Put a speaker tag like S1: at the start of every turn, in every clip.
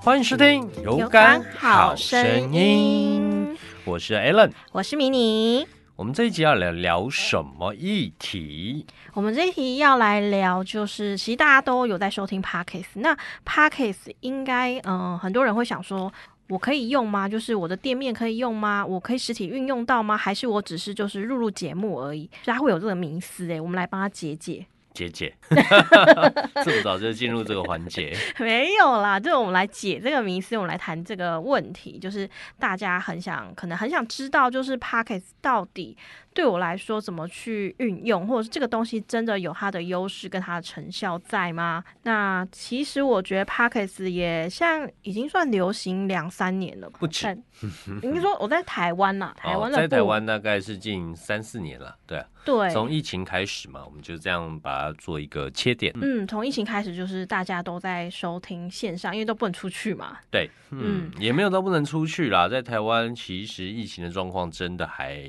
S1: 欢迎收听《有感好声音》，，我是 Alan。
S2: 我是迷你。
S1: 我们这一集要聊聊什么议题？
S2: 我们这一题要来聊，就是其实大家都有在收听 Podcast，那 Podcast 应该，嗯、很多人会想说。我可以用吗？就是我的店面可以用吗？我可以实体运用到吗？还是我只是就是录入节目而已？所以他会有这个迷思诶、欸我们来帮他解解。
S1: 姐姐，这么早就进入这个环节，
S2: 没有啦，就我们来解这个迷思，我们来谈这个问题，就是大家很想，可能很想知道，就是 Pocket 到底对我来说怎么去运用，或者是这个东西真的有它的优势跟它的成效在吗？那其实我觉得 Pocket 也像已经算流行两三年了吧，
S1: 不止
S2: 但。应该说我在台 湾啦，台湾
S1: 哦
S2: 的、
S1: 在台湾大概是近三四年了，对啊，
S2: 对，
S1: 从疫情开始嘛，我们就这样把它做一个切点。
S2: 嗯，从疫情开始就是大家都在收听线上，因为都不能出去嘛，
S1: 对，嗯，也没有到不能出去啦。在台湾，其实疫情的状况真的还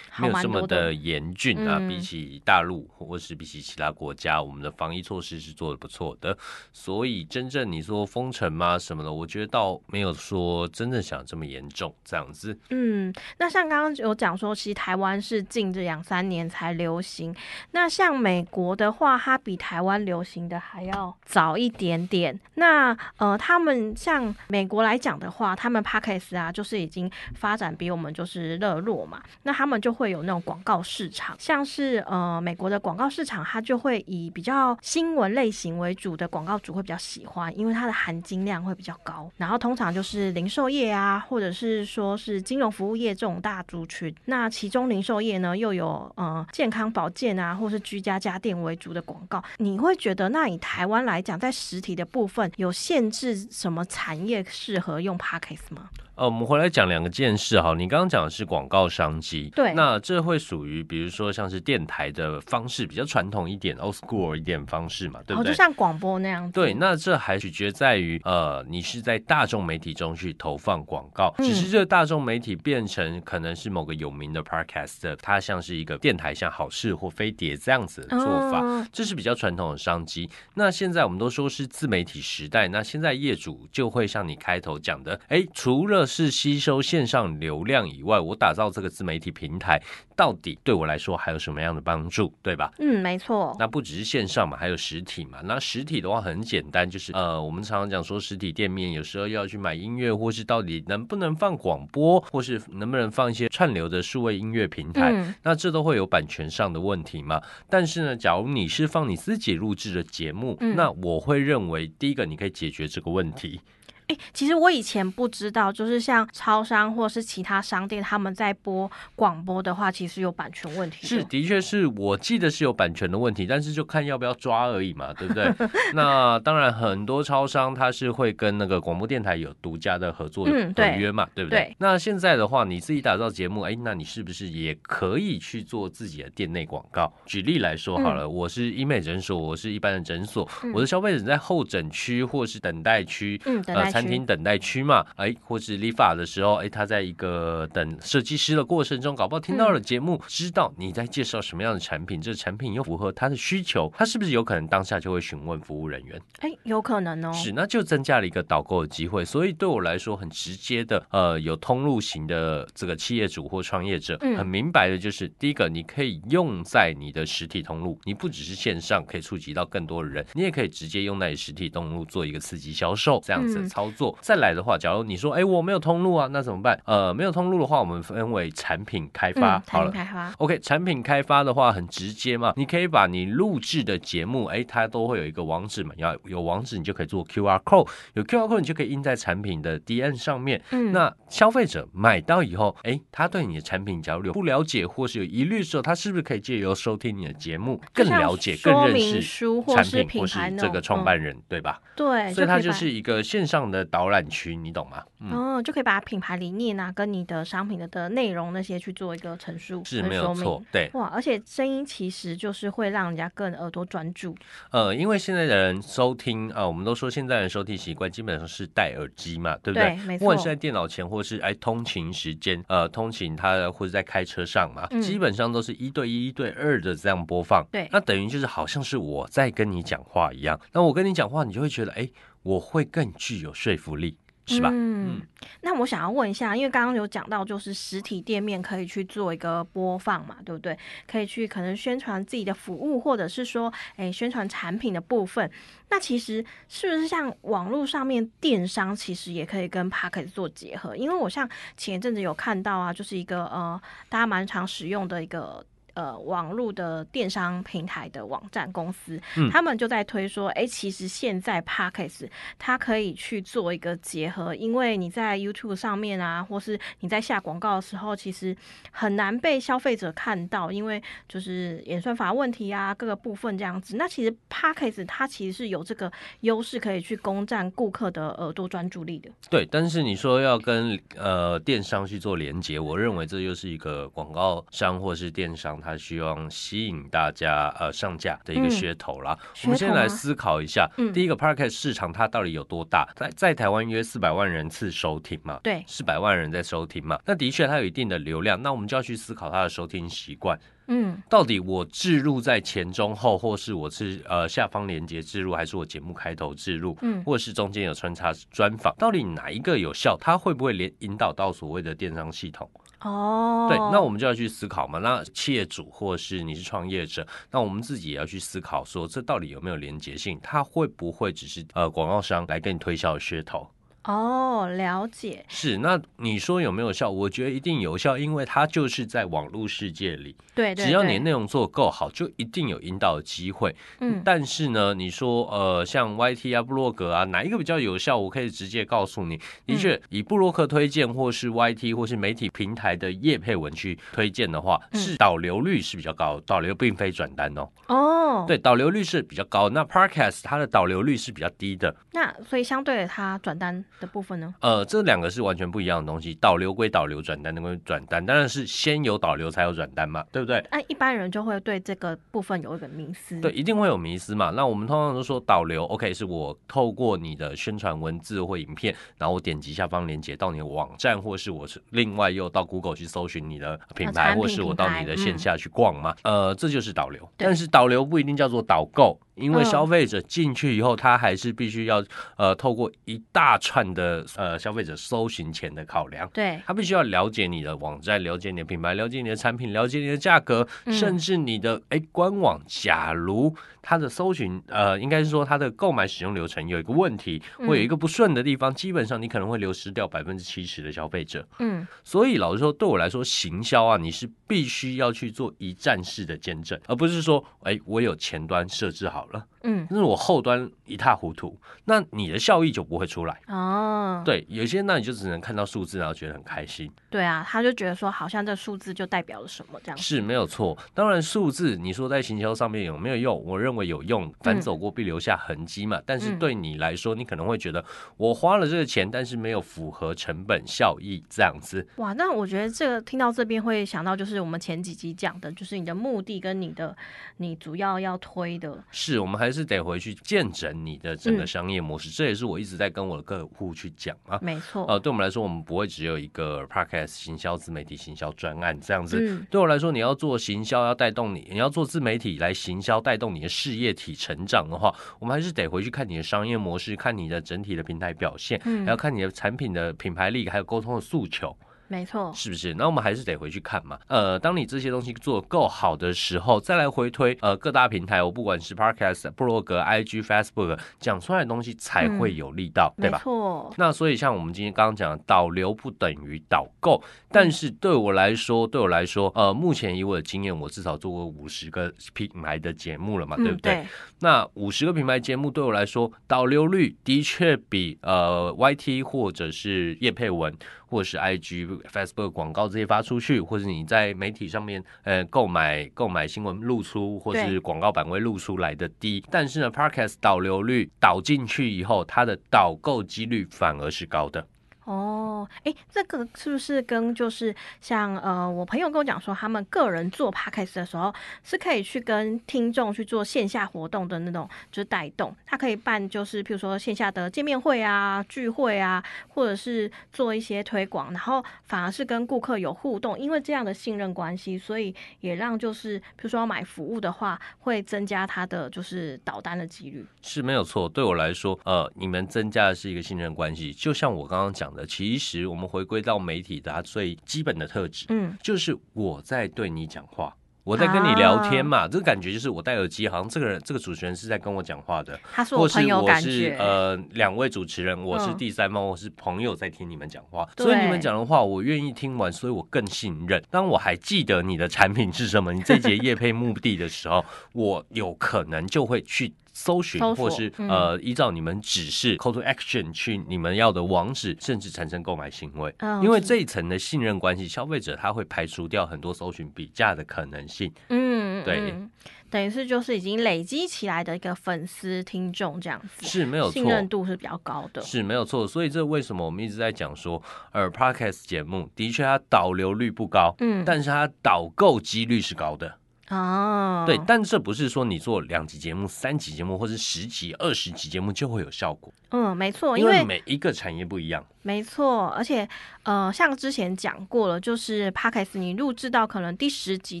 S2: 好
S1: 没有
S2: 蛮
S1: 这么
S2: 多的
S1: 的严峻啊。
S2: 嗯
S1: 比起大陆或是比起其他国家，我们的防疫措施是做的不错的。所以，真正你说封城吗什么的，我觉得倒没有说真正想这么严重这样子。
S2: 嗯，那像刚刚有讲说，其实台湾是近这两三年才流行。那像美国的话，它比台湾流行的还要早一点点。那呃，他们像美国来讲的话，他们 p a c k e s 啊，就是已经发展比我们就是热络嘛。那他们就会有那种广告市场，像是呃美国的广告市场，它就会以比较新闻类型为主的广告主会比较喜欢，因为它的含金量会比较高。然后通常就是零售业啊，或者是说是金融服务业这种大族群。那其中零售业呢，又有呃健康保健啊，或是居家家电为主的广告。你会觉得，那以台湾来讲，在实体的部分有限制什么产业适合用 p a c k e s 吗？
S1: 呃，我们回来讲两个件事哈。你刚刚讲的是广告商机，
S2: 对
S1: 那这会属于比如说像是电台的方式比较传统一点，old school 一点方式嘛，对不
S2: 然后
S1: 对？
S2: 哦就像广播那样子。
S1: 对，那这还取决在于呃，你是在大众媒体中去投放广告，
S2: 嗯
S1: 只是这个大众媒体变成可能是某个有名的 podcast，它像是一个电台，像好事或飞碟这样子的做法。
S2: 嗯
S1: 这是比较传统的商机。那现在我们都说是自媒体时代，那现在业主就会像你开头讲的，诶，除了是吸收线上流量以外，我打造这个自媒体平台，到底对我来说还有什么样的帮助，对吧？
S2: 嗯，没错。
S1: 那不只是线上嘛，还有实体嘛。那实体的话很简单，就是呃，我们常常讲说实体店面有时候要去买音乐，或是到底能不能放广播，或是能不能放一些串流的数位音乐平台。
S2: 嗯
S1: 那这都会有版权上的问题嘛？但是呢，假如你是放你自己录制的节目，
S2: 嗯
S1: 那我会认为第一个你可以解决这个问题，
S2: 诶，其实我以前不知道，就是像超商或是其他商店，他们在播广播的话，其实有版权问题的。哦
S1: 是，的确是我记得是有版权的问题，但是就看要不要抓而已嘛，对 不对？那当然，很多超商它是会跟那个广播电台有独家的合作
S2: 嗯
S1: 合
S2: 对
S1: 约嘛，对不
S2: 对
S1: 那现在的话，你自己打造节目，哎，那你是不是也可以去做自己的店内广告？举例来说好
S2: 嗯
S1: 了，我是医美诊所，我是一般的诊所，我的消费者在候诊区或是等待区，
S2: 嗯，等
S1: 呃，
S2: 待
S1: 餐
S2: 区
S1: 厅。等待区嘛，哎，或是理发的时候，哎，他在一个等设计师的过程中，搞不好听到了
S2: 嗯
S1: 节目，知道你在介绍什么样的产品，这产品又符合他的需求，他是不是有可能当下就会询问服务人员？
S2: 哎、有可能哦。
S1: 是，那就增加了一个导购的机会。所以对我来说，很直接的，呃，有通路型的这个企业主或创业者，
S2: 嗯
S1: 很明白的就是，第一个，你可以用在你的实体通路，你不只是线上可以触及到更多的人，你也可以直接用在你实体通路做一个刺激销售这样子的
S2: 嗯
S1: 操作。再来的话，假如你说，哎，我没有通路啊，那怎么办？呃，没有通路的话，我们分为产品开发、
S2: 嗯，
S1: 好
S2: 餐
S1: 了
S2: 厅。开发。
S1: OK，产品开发的话很直接嘛，你可以把你录制的节目，哎，它都会有一个网址嘛，要有网址你就可以做 QR code，有 QR code 你就可以印在产品的 DN 上面。
S2: 嗯，
S1: 那消费者买到以后，哎，他对你的产品假如有不了解或是有疑虑的时候，他是不是可以借由收听你的节目，
S2: 就
S1: 更
S2: 像
S1: 了解、
S2: 说
S1: 更认
S2: 明
S1: 识
S2: 书或
S1: 产
S2: 是
S1: 品
S2: 品
S1: 或是
S2: 牌那
S1: 这
S2: 种
S1: 个创、
S2: 嗯
S1: 办人，对吧？
S2: 对，
S1: 所以
S2: 可
S1: 它就
S2: 把
S1: 是一个线上的导览区，你懂吗？嗯。
S2: 哦，就可以把品牌理念啊，跟你的商品的的内容那些去做一个陈述，
S1: 是
S2: 跟
S1: 没有
S2: 说明
S1: 错，。对，
S2: 哇，而且声音其实就是会让人家更耳朵专注。
S1: 呃，因为现在的人收听啊、我们都说现在的人收听习惯基本上是戴耳机嘛，对不对？
S2: 没
S1: 不管
S2: 错
S1: 是。在电脑前，或是哎通勤时间，呃，通勤他或者在开车上嘛，
S2: 嗯
S1: 基本上都是一对一、一对二的这样播放。
S2: 对
S1: 那等于就是好像是我在跟你讲话一样。那我跟你讲话，你就会觉得哎，我会更具有说服力。是吧？
S2: 嗯
S1: 嗯，
S2: 那我想要问一下，因为刚刚有讲到，就是实体店面可以去做一个播放嘛，对不对？可以去可能宣传自己的服务，或者是说，哎，宣传产品的部分。那其实是不是像网络上面电商，其实也可以跟 p a c k e t 做结合？因为我像前一阵子有看到啊，就是一个呃，大家蛮常使用的一个。呃，网络的电商平台的网站公司，
S1: 嗯
S2: 他们就在推说，哎、其实现在 p a c k e t 它可以去做一个结合，因为你在 YouTube 上面啊，或是你在下广告的时候，其实很难被消费者看到，因为就是演算法问题啊，各个部分这样子。那其实 p a c k a g e 它其实是有这个优势，可以去攻占顾客的耳朵专注力的。
S1: 对，但是你说要跟呃电商去做连接，我认为这就是一个广告商或是电商，他希望吸引大家呃上架的一个
S2: 嗯
S1: 噱头啦。
S2: 噱
S1: 我们先
S2: 头
S1: 来
S2: 吗
S1: 思考一下，
S2: 嗯
S1: 第一个 p a r k e t 市场它到底有多大？在在台湾约四百万人次收听嘛，
S2: 对，
S1: 四百万人在收听嘛，那的确它有一定的流量，那我们就要去思考它的收听习惯。
S2: 嗯
S1: 到底我置入在前中后，或是我是呃下方连接置入，还是我节目开头置入，
S2: 嗯
S1: 或是中间有穿插专访，到底哪一个有效？它会不会连引导到所谓的电商系统？
S2: 哦，
S1: 对，那我们就要去思考嘛。那企业主或是你是创业者，那我们自己也要去思考说，这到底有没有连结性？它会不会只是呃广告商来跟你推销的噱头？
S2: 哦了解，
S1: 是，那你说有没有效？我觉得一定有效，因为它就是在网络世界里，
S2: 对对，
S1: 只要你
S2: 对
S1: 的内容做得够好，就一定有引导的机会。
S2: 嗯
S1: 但是呢，你说呃，像 YT 啊、布洛格啊，哪一个比较有效？我可以直接告诉你，
S2: 嗯
S1: 的确，以布洛克推荐或是 YT 或是媒体平台的业配文去推荐的话，
S2: 嗯
S1: 是导流率是比较高，导流并非转单哦，
S2: 哦，
S1: 对，导流率是比较高。那 Podcast 它的导流率是比较低的，
S2: 那所以相对的，它转单的部分呢？
S1: 呃，这两个是完全不一样的东西。导流归导流，转单归转单，当然是先有导流才有转单嘛，对不对？
S2: 那一般人就会对这个部分有一个迷思，
S1: 对，，一定会有迷失嘛。那我们通常都说导流，OK，是我透过你的宣传文字或影片，然后我点击下方链接到你的网站，或是我是另外又到 Google 去搜寻你的品
S2: 呃
S1: 牌，
S2: 产
S1: 或
S2: 品
S1: 是我
S2: 品
S1: 到
S2: 牌
S1: 你的
S2: 嗯
S1: 线下去逛嘛。呃，这就是导流，
S2: 对
S1: 但是导流不一定叫做导购。因为
S2: 嗯
S1: 消费者进去以后，他还是必须要呃透过一大串的呃消费者搜寻前的考量，
S2: 对，
S1: 他必须要了解你的网站，了解你的品牌，了解你的产品，了解你的价格，
S2: 嗯
S1: 甚至你的哎官网。假如它的搜寻呃，应该是说它的购买使用流程有一个问题，
S2: 嗯
S1: 会有一个不顺的地方，基本上你可能会流失掉百分之七十的消费者。
S2: 嗯，
S1: 所以老实说，对我来说，行销啊，你是必须要去做一站式的见证，而不是说哎我有前端设置好了，
S2: 嗯，
S1: 但是我后端一塌糊涂，那你的效益就不会出来。
S2: 哦，
S1: 对，有些那你就只能看到数字，然后觉得很开心。
S2: 对啊，他就觉得说，好像这数字就代表了什么这样子。
S1: 是没有错，当然数字你说在行销上面有没有用？我认为有用，反走过必留下痕迹嘛。但是对你来说，你可能会觉得我花了这个钱，但是没有符合成本效益这样子。
S2: 哇，那我觉得这个听到这边会想到，就是我们前几集讲的，就是你的目的跟你的你主要要推的，
S1: 是我们还是得回去见证你的整个
S2: 嗯
S1: 商业模式，这也是我一直在跟我的客户去讲嘛。
S2: 没错。
S1: 呃，对我们来说，我们不会只有一个 podcast 行销自媒体行销专案这样子，
S2: 嗯，
S1: 对我来说，你要做行销，要带动你，你要做自媒体来行销，带动你的事业体成长的话，我们还是得回去看你的商业模式，看你的整体的平台表现，
S2: 嗯
S1: 还要看你的产品的品牌力，还有沟通的诉求，
S2: 没错。
S1: 是不是？那我们还是得回去看嘛。呃，当你这些东西做得够好的时候，再来回推呃各大平台，我不管是 Podcast、布洛格、IG、Facebook 讲出来的东西，才会有力道，对
S2: 嗯没
S1: 吧？
S2: 错，
S1: 那所以，像我们今天刚刚讲的，导流不等于导购，但是对我来说，对我来说，呃，目前以我的经验，我至少做过五十个品牌的节目了嘛，对
S2: 嗯，
S1: 不对？那五十个品牌节目对我来说，导流率的确比呃 YT 或者是叶佩文，或者是 IG、Facebook 广告这些发出去，或者你在媒体上面呃购买购买新闻露出，或
S2: 对
S1: 是广告版位露出来的低。但是呢，Podcast 导流率导进去以后，它的导购几率反而是高的。
S2: 哦，哦，哎，这个是不是跟就是像呃，我朋友跟我讲说，他们个人做 podcast 的时候，是可以去跟听众去做线下活动的那种，就是带动，他可以办就是譬如说线下的见面会啊、聚会啊，或者是做一些推广，然后反而是跟顾客有互动，因为这样的信任关系，所以也让就是譬如说要买服务的话，会增加他的就是导单的几率。
S1: 是没有错。对我来说，呃，你们增加的是一个信任关系。就像我刚刚讲的，其实我们回归到媒体的它最基本的特质，
S2: 嗯，
S1: 就是我在对你讲话。我在跟你聊天嘛，这个感觉就是我戴耳机，好像这个人这个主持人是在跟我讲话的，
S2: 他是
S1: 或
S2: 我
S1: 是
S2: 朋友
S1: 我
S2: 感
S1: 是
S2: 觉，
S1: 呃两位主持人，我是
S2: 嗯
S1: 第三方，我是朋友在听你们讲话，
S2: 对
S1: 所以你们讲的话我愿意听完，所以我更信任。当我还记得你的产品是什么，你这节业配目的的时候，我有可能就会去。搜寻
S2: 搜索
S1: 或是
S2: 嗯
S1: 呃，依照你们指示 call to action 去你们要的网址，甚至产生购买行为。
S2: 嗯
S1: 因为这一层的信任关系，消费者他会排除掉很多搜寻比价的可能性。
S2: 嗯，
S1: 对
S2: 嗯，等于是就是已经累积起来的一个粉丝听众这样子，
S1: 是没有错
S2: 信，任度是比较高的。
S1: 是没有错。所以这为什么我们一直在讲说，呃，podcast 节目的确它导流率不高，
S2: 嗯，
S1: 但是它导购几率是高的。
S2: 哦，
S1: 对，但这不是说你做两集节目、三集节目，或是十集、二十集节目就会有效果，
S2: 嗯，没错，
S1: 因
S2: 因为
S1: 为每一个产业不一样。
S2: 没错，而且呃，像之前讲过了，就是 p o d c a s 你录制到可能第十集、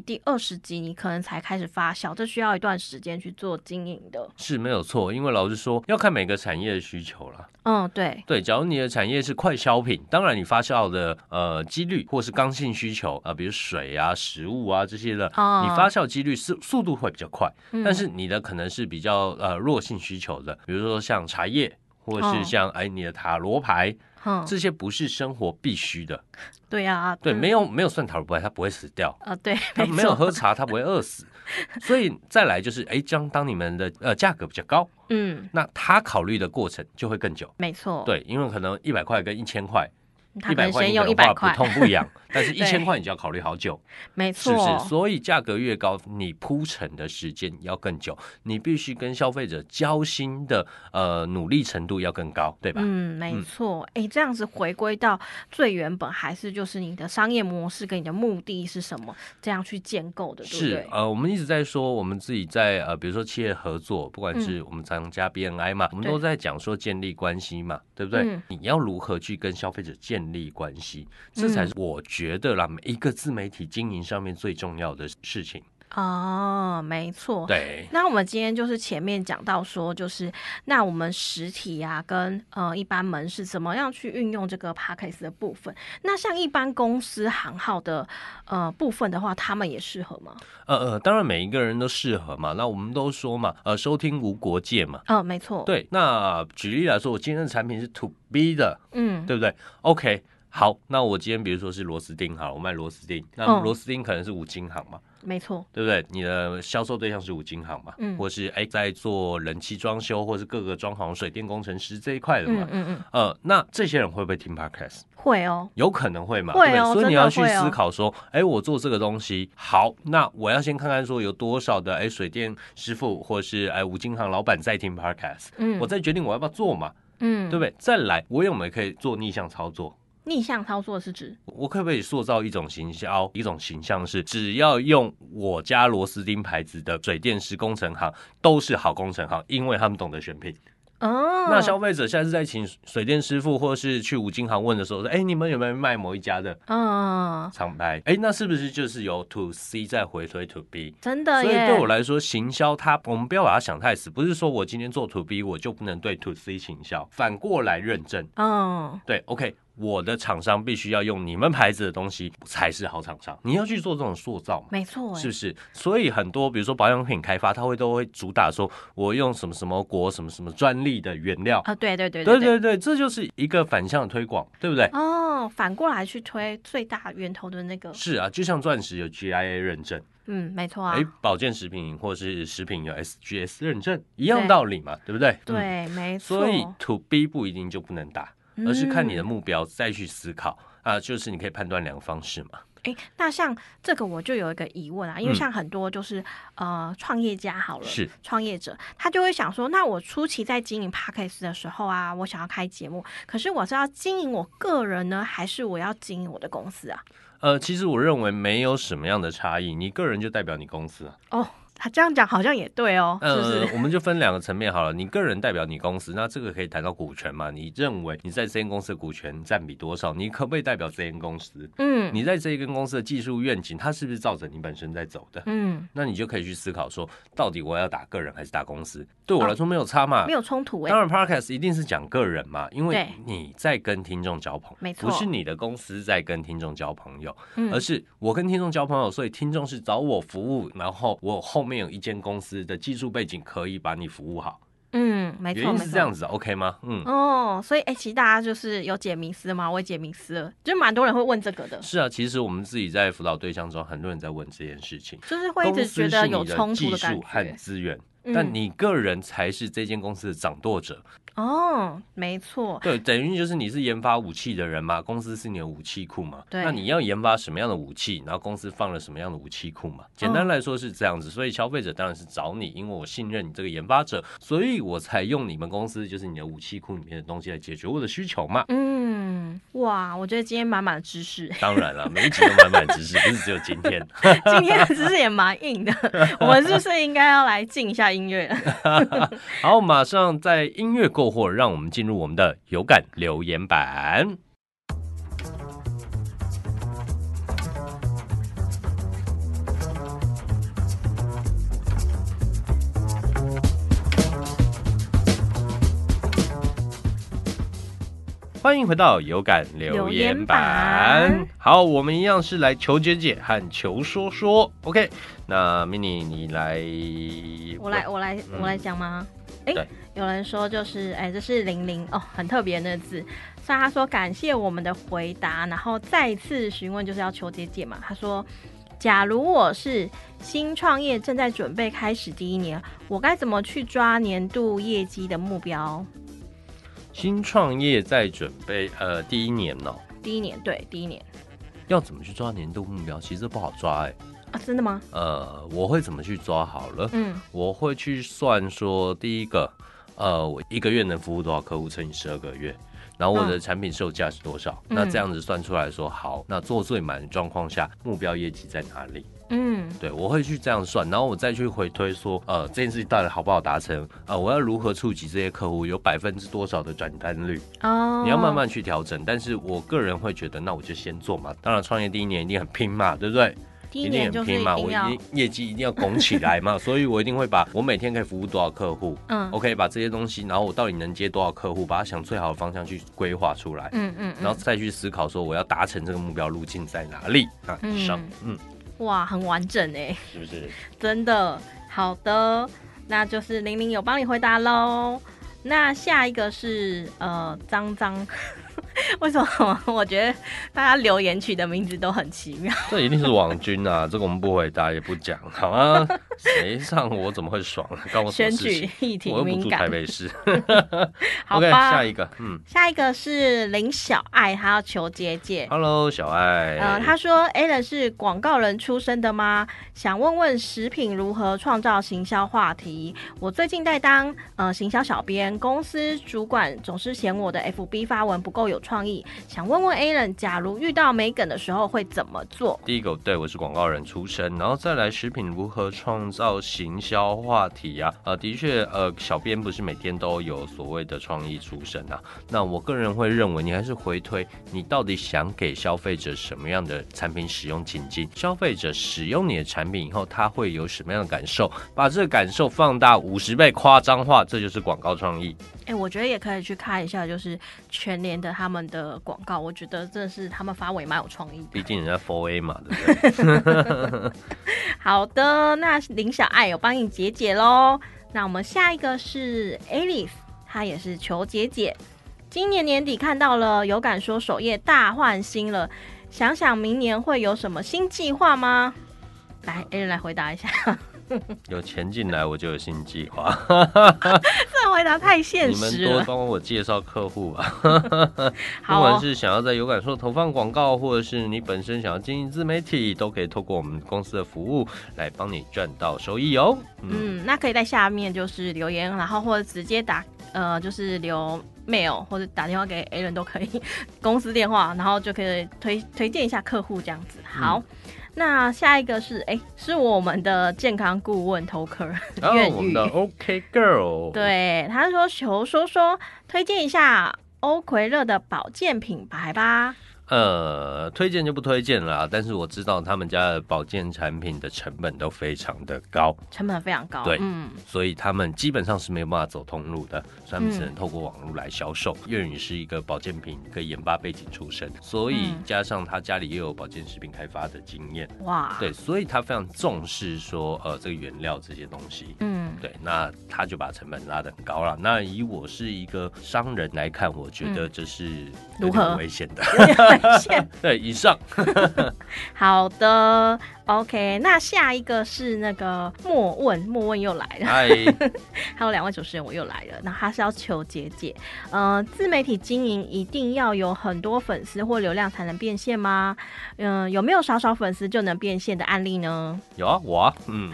S2: 第二十集，你可能才开始发酵，这需要一段时间去做经营的。
S1: 是没有错，因为老实说，要看每个产业的需求啦。
S2: 嗯，对，
S1: 对，假如你的产业是快消品，当然你发酵的呃几率或是刚性需求啊、呃比如水啊、食物啊这些的，
S2: 哦
S1: 你发酵几率是速度会比较快，
S2: 嗯、
S1: 但是你的可能是比较呃弱性需求的，比如说像茶叶。或
S2: 哦
S1: 是像哎你的塔罗牌，
S2: 嗯，
S1: 这些不是生活必须的，
S2: 对啊，
S1: 对，
S2: 嗯
S1: 没有没有算塔罗牌，它不会死掉，
S2: 呃，对，
S1: 它
S2: 错
S1: 没有，喝茶，它不会饿 死，所以再来就是哎，将当你们的呃价格比较高，
S2: 嗯，
S1: 那他考虑的过程就会更久，
S2: 没错，，
S1: 对，因为可能一百块跟一千块，
S2: 他
S1: 一
S2: 哦可
S1: 百
S2: 能
S1: 块
S2: 先
S1: 你
S2: 用
S1: 可
S2: 一
S1: 能
S2: 百
S1: 话
S2: 块
S1: 不，痛不痒，但 是一
S2: 对
S1: 千块你就要考虑好久，
S2: 没
S1: 是
S2: 错，
S1: 不是？所以价格越高，你铺陈的时间要更久，你必须跟消费者交心的呃努力程度要更高，对吧？
S2: 嗯，没
S1: 嗯
S2: 错。诶，这样子回归到最原本，还是就是你的商业模式跟你的目的是什么，这样去建构的，对不
S1: 是
S2: 对？
S1: 呃，我们一直在说，我们自己在呃，比如说企业合作，不管是我们常加 BNI 嘛，我们
S2: 对
S1: 都在讲说建立关系嘛，对不对？
S2: 嗯
S1: 你要如何去跟消费者建立关系，这才是我觉得啦，每一个自媒体经营上面最重要的事情。
S2: 哦，没错。
S1: 对，
S2: 那我们今天就是前面讲到说，就是那我们实体啊，跟呃一般门市怎么样去运用这个 p a c k a g e 的部分。那像一般公司行号的呃部分的话，他们也适合吗？
S1: 呃呃，当然每一个人都适合嘛。那我们都说嘛，呃，收听无国界嘛。
S2: 嗯、没错。，
S1: 对，那举例来说，我今天的产品是 To B 的，
S2: 嗯，
S1: 对不对？OK，好，那我今天比如说是螺丝钉，好了，我卖螺丝钉，那
S2: 嗯
S1: 螺丝钉可能是五金行嘛，
S2: 没错。
S1: 对不对？你的销售对象是五金行嘛，
S2: 嗯
S1: 或是哎在做人气装修，或是各个装潢、水电工程师这一块的
S2: 嗯
S1: 嘛。
S2: 嗯嗯，
S1: 呃，那这些人会不会听 podcast？
S2: 会哦。
S1: 有可能会嘛，
S2: 会
S1: 对不对？
S2: 哦
S1: 所以你
S2: 真的
S1: 要去
S2: 会哦
S1: 思考说，哎、我做这个东西好，那我要先看看说有多少的哎、水电师傅或是哎五金行老板在听 podcast，、
S2: 嗯，
S1: 我再决定我要不要做嘛，
S2: 嗯，
S1: 对不对？再来，我有没有可以做逆向操作？
S2: 逆向操作是指
S1: 我可不可以塑造一种行销，一种形象是，只要用我家螺丝钉牌子的水电师工程行都是好工程行，因为他们懂得选品。
S2: 哦，
S1: 那消费者下次在请水电师傅或是去五金行问的时候，说，哎、你们有没有卖某一家的？
S2: 嗯，
S1: 厂牌，哎，那是不是就是由 to C 再回推 to B？所
S2: 真的
S1: 以
S2: 哦耶，
S1: 对我来说，行销它我们不要把它想太死，不是说我今天做 to B 我就不能对 to C 行销，反过来认证，
S2: 嗯，
S1: 对，OK，我的厂商必须要用你们牌子的东西才是好厂商，你要去做这种塑造嘛。
S2: 没错耶，
S1: 是不是？所以很多，比如说保养品开发，它会都会主打说，我用什么什么国什么什么专利的原料，
S2: 啊，对对对
S1: 对
S2: 对，
S1: 对对，这就是一个反向的推广，对不对？
S2: 哦，反过来去推最大源头的那个，
S1: 是啊，就像钻石有 GIA 认证。
S2: 嗯，没错啊
S1: 哎，，保健食品或是食品有 SGS 认证，一样
S2: 对
S1: 道理嘛，对不对？嗯
S2: 对，没错，
S1: 所以 To B 不一定就不能打，而是看你的
S2: 嗯
S1: 目标再去思考啊，就是你可以判断两个方式嘛。
S2: 嗯诶，那像这个我就有一个疑问啊，因为
S1: 嗯
S2: 像很多就是、呃创业家好了，
S1: 是
S2: 创业者，他就会想说，那我初期在经营 podcast 的时候啊，我想要开节目，可是我是要经营我个人呢，还是我要经营我的公司啊？
S1: 呃，其实我认为没有什么样的差异，你个人就代表你公司啊。
S2: 哦，他这样讲好像也对哦，是不
S1: 呃
S2: 是？，
S1: 我们就分两个层面好了，你个人代表你公司，那这个可以谈到股权嘛？你认为你在这间公司的股权占比多少？你可不可以代表这间公司？
S2: 嗯
S1: 你在这一间公司的技术愿景，它是不是照着你本身在走的？
S2: 嗯，
S1: 那你就可以去思考说，到底我要打个人还是打公司？对我来说没有差嘛
S2: 哦没。有冲突欸诶。
S1: 当然，podcast 一定是讲个人嘛，因为
S2: 对
S1: 你在跟听众交朋
S2: 没
S1: 友，
S2: 错
S1: 不是你的公司在跟听众交朋友，
S2: 嗯
S1: 而呃是我跟听众交朋友，所以听众是找我服务，然后我后面有一间公司的技术背景可以把你服务好，
S2: 嗯，没
S1: 原
S2: 错
S1: 因
S2: 没
S1: 是这样
S2: 错。
S1: 子，OK 吗？嗯。
S2: 哦，所以诶，其实大家就是有解迷思嘛，我也解迷思了，就蛮多人会问这个的，
S1: 是啊，其实我们自己在辅导对象中，很多人在问这件事情，
S2: 就是会一直觉得有
S1: 公司是你
S2: 冲突
S1: 的技
S2: 感
S1: 术和
S2: 觉。
S1: 资源，
S2: 嗯
S1: 但你个人才是这间公司的掌舵者。
S2: 哦，没错，
S1: 对，等于就是你是研发武器的人嘛，公司是你的武器库嘛。
S2: 对
S1: 那你要研发什么样的武器，然后公司放了什么样的武器库嘛？简单来说是这样子，所以消费者当然是找你，因为我信任你这个研发者，所以我才用你们公司就是你的武器库里面的东西来解决我的需求嘛。
S2: 嗯，哇，我觉得今天满满的知识，
S1: 当然了，每一集都满满知识，不是只有今天。
S2: 今天的知识也蛮硬的。 我们是不是应该要来进一下音乐了？
S1: 好，马上在音乐过后，让我们进入我们的有感留言板。欢迎回到有感留言
S2: 留
S1: 板
S2: 言板。
S1: 好，我们一样是来求姐姐和求说说。OK，那 mini 你来，
S2: 我来，我来，我来讲吗？哎、
S1: 嗯对
S2: 有人说就是，哎、这是零零哦，很特别的字。像他说感谢我们的回答，然后再次询问就是要求解解嘛。他说，假如我是新创业，正在准备开始第一年，我该怎么去抓年度业绩的目标？
S1: 新创业在准备呃第一年哦，
S2: 第一年，对，第一年
S1: 要怎么去抓年度目标？其实不好抓哎、
S2: 啊，真的吗？
S1: 呃，我会怎么去抓？好了，
S2: 嗯
S1: 我会去算说，第一个，呃，我一个月能服务多少啊客户乘以十二个月，然后我的产品售价是多少？
S2: 嗯
S1: 那这样子算出来说，好，那做最满的状况下，目标业绩在哪里？
S2: 嗯。
S1: 对，我会去这样算，然后我再去回推说，呃，这件事情到底好不好达成？呃，我要如何触及这些客户？有百分之多少的转单率？
S2: 哦，
S1: 你要慢慢去调整，但是我个人会觉得，那我就先做嘛。当然，创业第一年一定很拼嘛，对不对？
S2: 第一年
S1: 定
S2: 就
S1: 很
S2: 是
S1: 拼
S2: 一
S1: 嘛，
S2: 定
S1: 我一
S2: 要，
S1: 定业绩一定要拱起来 嘛，所以我一定会把我每天可以服务多少客户
S2: 嗯
S1: ，OK，把这些东西，然后我到底能接多少客户，把它想最好的方向去规划出来，
S2: 嗯嗯，嗯
S1: 然后再去思考说我要达成这个目标路径在哪里啊？以上，嗯，
S2: 哇，很完整哎，
S1: 是不是？
S2: 真的，好的，那就是玲玲有帮你回答喽。那下一个是呃脏脏， 为什么我觉得大家留言取的名字都很奇妙？
S1: 这一定是网军啊，这个我们不回答也不讲，好 啊，谁上我怎么会爽？啊关我什
S2: 选
S1: 么事
S2: 举
S1: 情？
S2: 议题
S1: 我又不
S2: 敏
S1: 住台
S2: 感，
S1: 北 市。
S2: 好
S1: OK，
S2: 吧。
S1: 下一个，嗯。
S2: 下一个是林小爱，她要求姐姐。
S1: Hello，小爱。
S2: 呃，他说 a l a n 是广告人出身的吗？想问问食品如何创造行销话题。我最近在当呃行销小编，公司主管总是嫌我的 FB 发文不够有创意，想问问 a l a n 假如遇到没梗的时候会怎么做？
S1: 第一个，对我是广告人出身，然后再来食品如何创造行销话题啊？呃，的确，呃，小编不是每天都有所谓的创意出身啊。那我个人会认为，你还是回推你到底想给消费者什么样的产品使用情境，消费者使用你的产品以后，他会有什么样的感受？把这个感受放大五十倍，夸张化，这就是广告创意。
S2: 哎、我觉得也可以去看一下，就是全联的他们的广告，我觉得真的是他们发文也蛮有创意的。
S1: 毕竟人家 Four A 嘛，对不对？
S2: 好的，那林小爱有帮你解解喽。那我们下一个是 Alice，她也是求解解。今年年底看到了，有感说首页大换新了，想想明年会有什么新计划吗？来，A 人来回答一下，
S1: 有钱进来，我就有新计划。
S2: 这回答太 现
S1: 你们
S2: 实
S1: 多
S2: 了。
S1: 帮我介绍客户吧，不
S2: 好、
S1: 管
S2: 哦，
S1: 是想要在有感说投放广告，或者是你本身想要经营自媒体，都可以透过我们公司的服务来帮你赚到收益哦。嗯，
S2: 嗯，那可以在下面就是留言，然后或者直接打呃，就是留 mail 或者打电话给 A 人都可以，公司电话，然后就可以推推荐一下客户这样子。
S1: 嗯
S2: 好。那下一个是哎、是我们的健康顾问 Toker
S1: 然后
S2: 粤
S1: 嗯啊
S2: 语
S1: 哦我们的 OK Girl，，
S2: 对，他说求说说推荐一下欧奎乐的保健品牌吧。
S1: 呃，推荐就不推荐啦，但是我知道他们家的保健产品的成本都非常的高，
S2: 成本非常高，
S1: 对
S2: 嗯，
S1: 所以他们基本上是没有办法走通路的，所以他们
S2: 嗯
S1: 只能透过网络来销售。粤语是一个保健品跟研发背景出身，所以
S2: 嗯
S1: 加上他家里也有保健食品开发的经验，
S2: 哇，
S1: 对，所以他非常重视说呃这个原料这些东西。
S2: 嗯，
S1: 对，那他就把成本拉得很高了。那以我是一个商人来看，我觉得这是有
S2: 嗯如
S1: 点
S2: 何
S1: 危险的。
S2: 有点危险。
S1: 对，以上
S2: 好的，OK，那下一个是那个莫问，莫问又来了，
S1: 嗨，
S2: 还有两位主持人我又来了，那他是要求姐姐，呃，自媒体经营一定要有很多粉丝或流量才能变现吗？嗯、有没有少少粉丝就能变现的案例呢？
S1: 有啊，我啊， 嗯，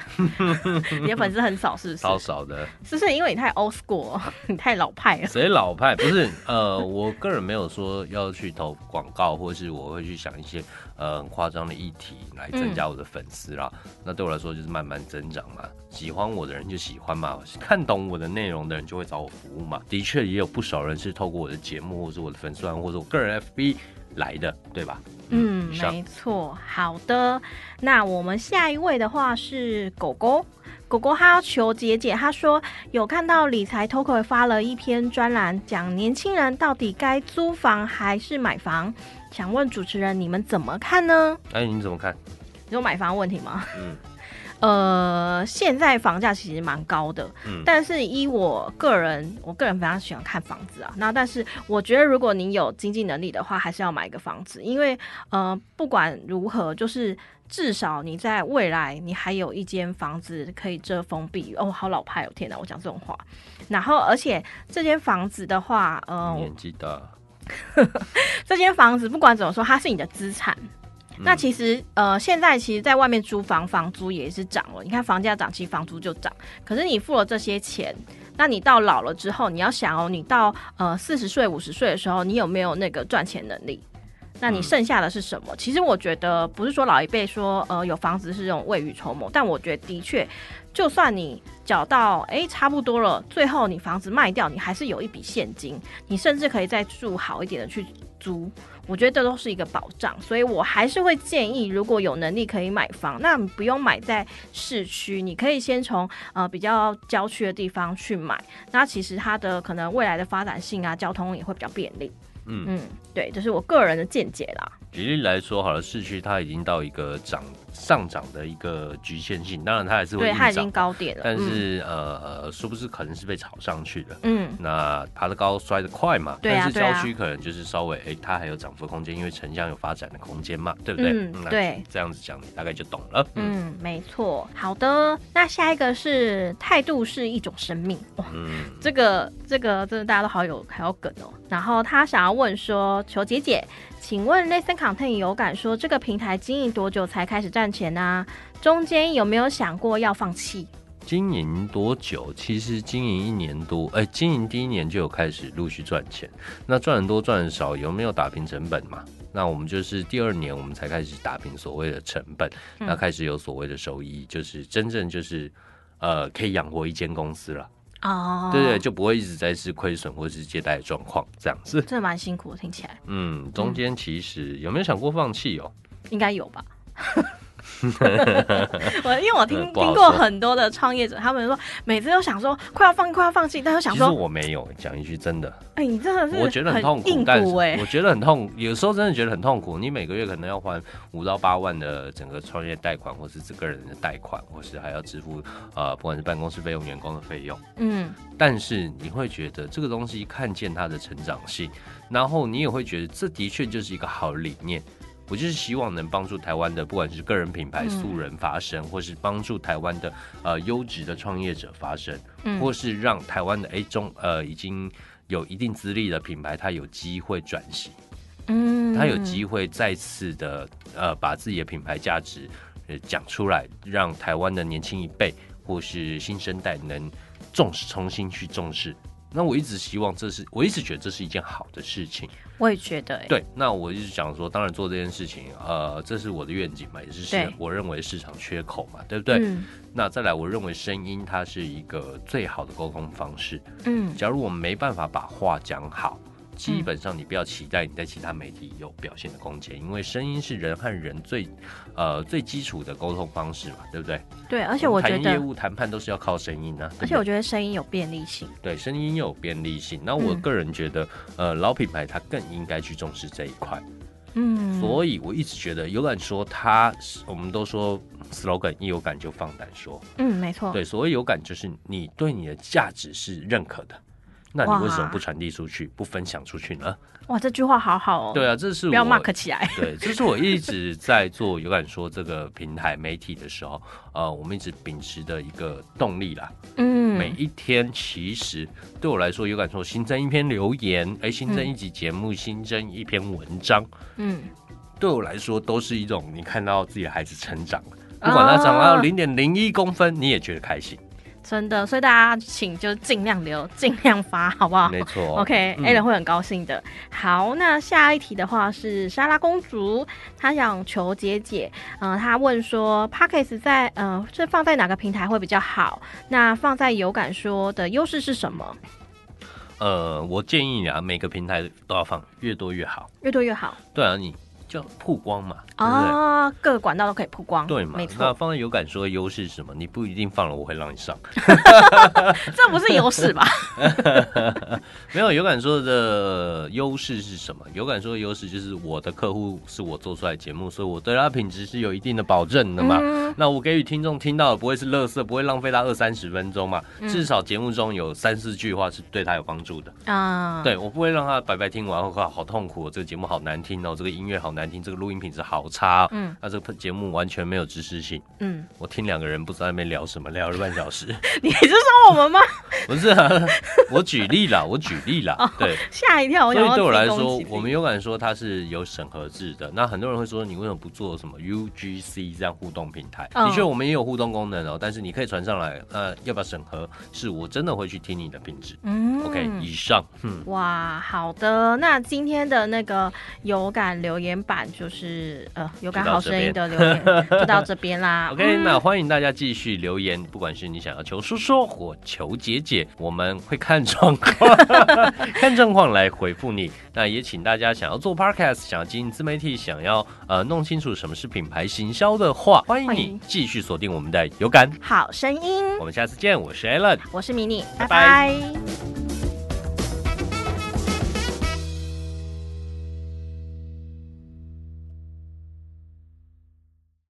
S2: 你的粉丝很少是不是？
S1: 少少的，
S2: 是不是因为你太 old school，你太老派了？
S1: 谁老派？ 不是，呃，我个人没有说要去投广告，或是我会去想一些呃很夸张的议题来增加我的粉丝啦。那对我来说就是慢慢增长嘛，喜欢我的人就喜欢嘛，看懂我的内容的人就会找我服务嘛。的确，也有不少人是透过我的节目，或是我的粉丝团，或者我个人 FB 来的，对吧？
S2: 嗯
S1: 以，上
S2: 没错。好的，那我们下一位的话是狗狗。狗狗他要求姐姐，他说有看到理财 t o k 发了一篇专栏，讲年轻人到底该租房还是买房，想问主持人你们怎么看呢？
S1: 哎，你怎么看？
S2: 有买房问题吗？
S1: 嗯
S2: 呃，现在房价其实蛮高的，
S1: 嗯
S2: 但是依我个人，我个人非常喜欢看房子啊。那但是我觉得，如果你有经济能力的话，还是要买一个房子，因为呃，不管如何，就是至少你在未来你还有一间房子可以遮风避雨。哦，好老派哦，天哪，我讲这种话。然后，而且这间房子的话，呃，
S1: 年纪大，
S2: 这间房子不管怎么说，它是你的资产。那其实，呃，现在其实，在外面租房，房租也是涨了。你看房价涨，其实房租就涨。可是你付了这些钱，那你到老了之后，你要想哦，你到呃四十岁、五十岁的时候，你有没有那个赚钱能力？那你
S1: 嗯
S2: 剩下的是什么？其实我觉得，不是说老一辈说，呃，有房子是这种未雨绸缪，但我觉得的确，就算你缴到诶差不多了，最后你房子卖掉，你还是有一笔现金，你甚至可以再住好一点的去租。我觉得这都是一个保障，所以我还是会建议，如果有能力可以买房，那不用买在市区，你可以先从呃比较郊区的地方去买。那其实它的可能未来的发展性啊，交通也会比较便利。
S1: 嗯
S2: 嗯，对，这是我个人的见解啦。
S1: 举例来说，好了，市区它已经到一个涨上涨的一个局限性，当然它还是会
S2: 对，
S1: 硬
S2: 它已
S1: 涨，
S2: 经高点了。
S1: 但是、呃，殊不知可能是被炒上去的。
S2: 嗯，嗯，
S1: 那爬得高，摔得快嘛。
S2: 对啊
S1: 但是
S2: 对啊
S1: 郊区可能就是稍微，哎、它还有涨幅空间，因为城乡有发展的空间嘛，对不对？
S2: 嗯
S1: 那
S2: 对
S1: 这样子讲，你大概就懂了。
S2: 嗯，没错。好的，那下一个是态度是一种生命。哇，
S1: 嗯
S2: 这个这个真的大家都好有还有梗哦。然后他想要问说，求姐姐，请问 Listen Content 有感说这个平台经营多久才开始赚钱呢、中间有没有想过要放弃？
S1: 经营多久？其实经营一年多，哎、经营第一年就有开始陆续赚钱。那赚的多赚的少，有没有打平成本嘛？那我们就是第二年，我们才开始打平所谓的成本，
S2: 嗯
S1: 那开始有所谓的收益，就是真正就是呃可以养活一间公司了，
S2: 哦
S1: 对对，，就不会一直在是亏损或是借贷的状况这样子。
S2: 真的蛮辛苦的，听起来
S1: 嗯，中间其实有没有想过放弃哦？
S2: 应该有 吧。我因为我听
S1: 呃不好
S2: 听过很多的创业者，他们说每次都想说快要放弃，快要放弃，但又想
S1: 其实
S2: 说，
S1: 我没有讲一句真的，
S2: 哎、你真的是
S1: 我觉得很痛苦
S2: 硬，
S1: 但是
S2: 骨哎、
S1: 我觉得很痛，有时候真的觉得很痛苦。你每个月可能要还五到八万的整个创业贷款，或是这个人的贷款，或是还要支付呃，不管是办公室费用、员工的费用。
S2: 嗯
S1: 但是你会觉得这个东西看见它的成长性，然后你也会觉得这的确就是一个好理念。我就是希望能帮助台湾的，不管是个人品牌
S2: 嗯
S1: 素人发声，或是帮助台湾的呃优质的创业者发声，
S2: 嗯
S1: 或是让台湾的哎中呃已经有一定资历的品牌，它有机会转型，
S2: 嗯
S1: 它有机会再次的呃把自己的品牌价值呃讲出来，让台湾的年轻一辈或是新生代能重视重新去重视。那我一直希望这是，我一直觉得这是一件好的事情。
S2: 我也觉得、欸，
S1: 对，那我一直想说，当然做这件事情，呃，这是我的愿景嘛，也是市
S2: 对
S1: 我认为市场缺口嘛，对不对？
S2: 嗯
S1: 那再来，我认为声音它是一个最好的沟通方式。
S2: 嗯
S1: 假如我们没办法把话讲好，基本上你不要期待你在其他媒体有表现的空间，因为声音是人和人最呃最基础的沟通方式嘛，对不对？
S2: 对，而
S1: 而
S2: 且我觉
S1: 谈业
S2: 得，
S1: 务谈判都是要靠声音啊，对不
S2: 而且
S1: 对
S2: 我觉得声音有便利性，
S1: 对声音又有便利性。那我
S2: 嗯
S1: 个人觉得，呃，老品牌它更应该去重视这一块。
S2: 嗯，
S1: 所以我一直觉得，有敢说它是，我们都说 slogan，一有感就放胆说。
S2: 嗯，没错，
S1: 对，所谓有感，就是你对你的价值是认可的，那你
S2: 哇
S1: 为什么不传递出去，不分享出去呢？
S2: 哇，这句话好好哦，
S1: 对啊，这是我
S2: 不要 mark 起来，
S1: 对，这是我一直在做有感说这个平台媒体的时候，呃，我们一直秉持的一个动力啦。每
S2: 嗯，
S1: 一天其实对我来说，有感说新增一篇留言，哎，新增一集节目，新增一篇文章，
S2: 嗯，
S1: 对我来说都是一种你看到自己的孩子成长了，不管他长到
S2: 哦
S1: 零点零一公分，你也觉得开心。
S2: 真的，所以大家请就尽量留，尽量发，好不好？
S1: 没错
S2: OK，Allen、
S1: 嗯
S2: Alan 会很高兴的。好，那下一题的话是莎拉公主，她想求姐姐，嗯、她问说 p a c k e s 在呃是放在哪个平台会比较好？那放在有感说的优势是什么？
S1: 呃，我建议你啊，每个平台都要放，越多越好。
S2: 越多越好
S1: 对啊，你就曝光嘛，对不对？
S2: 哦，各个管道都可以曝光，
S1: 对嘛？
S2: 没
S1: 那
S2: 错，
S1: 放在有感说的优势是什么？你不一定放了，我会让你上。
S2: 这不是优势吧？
S1: 没有有感说的呃优势是什么？有感说的优势就是我的客户是我做出来的节目，所以我对它品质是有一定的保证的嘛。
S2: 嗯
S1: 那我给予听众听到的不会是垃圾，不会浪费他二三十分钟嘛。
S2: 嗯
S1: 至少节目中有三四句话是对他有帮助的。
S2: 啊，
S1: 对我不会让他白白听完后，哇好痛苦、哦，这个节目好难听哦，这个音乐好难听，这个录音品质好差、哦。
S2: 嗯
S1: 那这个节目完全没有知识性，
S2: 嗯，
S1: 我听两个人不知道在那边聊什么，聊了半小时。
S2: 你是说我们吗？
S1: 不是啊，我举例啦，我举例啦，对。
S2: 吓一跳，哦我
S1: 所
S2: 想
S1: 以
S2: 要
S1: 对我来
S2: 自己攻
S1: 说
S2: 击，自己
S1: 我们有感说它是有审核制的。那很多人会说，你为什么不做什么 UGC 这样互动平台？
S2: 嗯
S1: 的确，我们也有互动功能哦，但是你可以传上来。呃，要不要审核？是我真的会去听你的品质。
S2: 嗯
S1: OK，以上，嗯，
S2: 哇，好的，那今天的那个有感留言板就是呃有感好声音的留言就到这边啦。 嗯
S1: OK，、那啊欢迎大家继续留言，不管是你想要求叔叔或求姐姐，我们会看状况， 看状况来回复你。那也请大家想要做 Podcast，想要经营自媒体，想要呃弄清楚什么是品牌行销的话，欢迎
S2: 欢
S1: 你
S2: 迎
S1: 继续锁定我们的有感。
S2: 好声音，
S1: 我们下次见，我是 Alan。
S2: 我是迷你，
S1: 拜
S2: 拜
S1: 拜
S2: 拜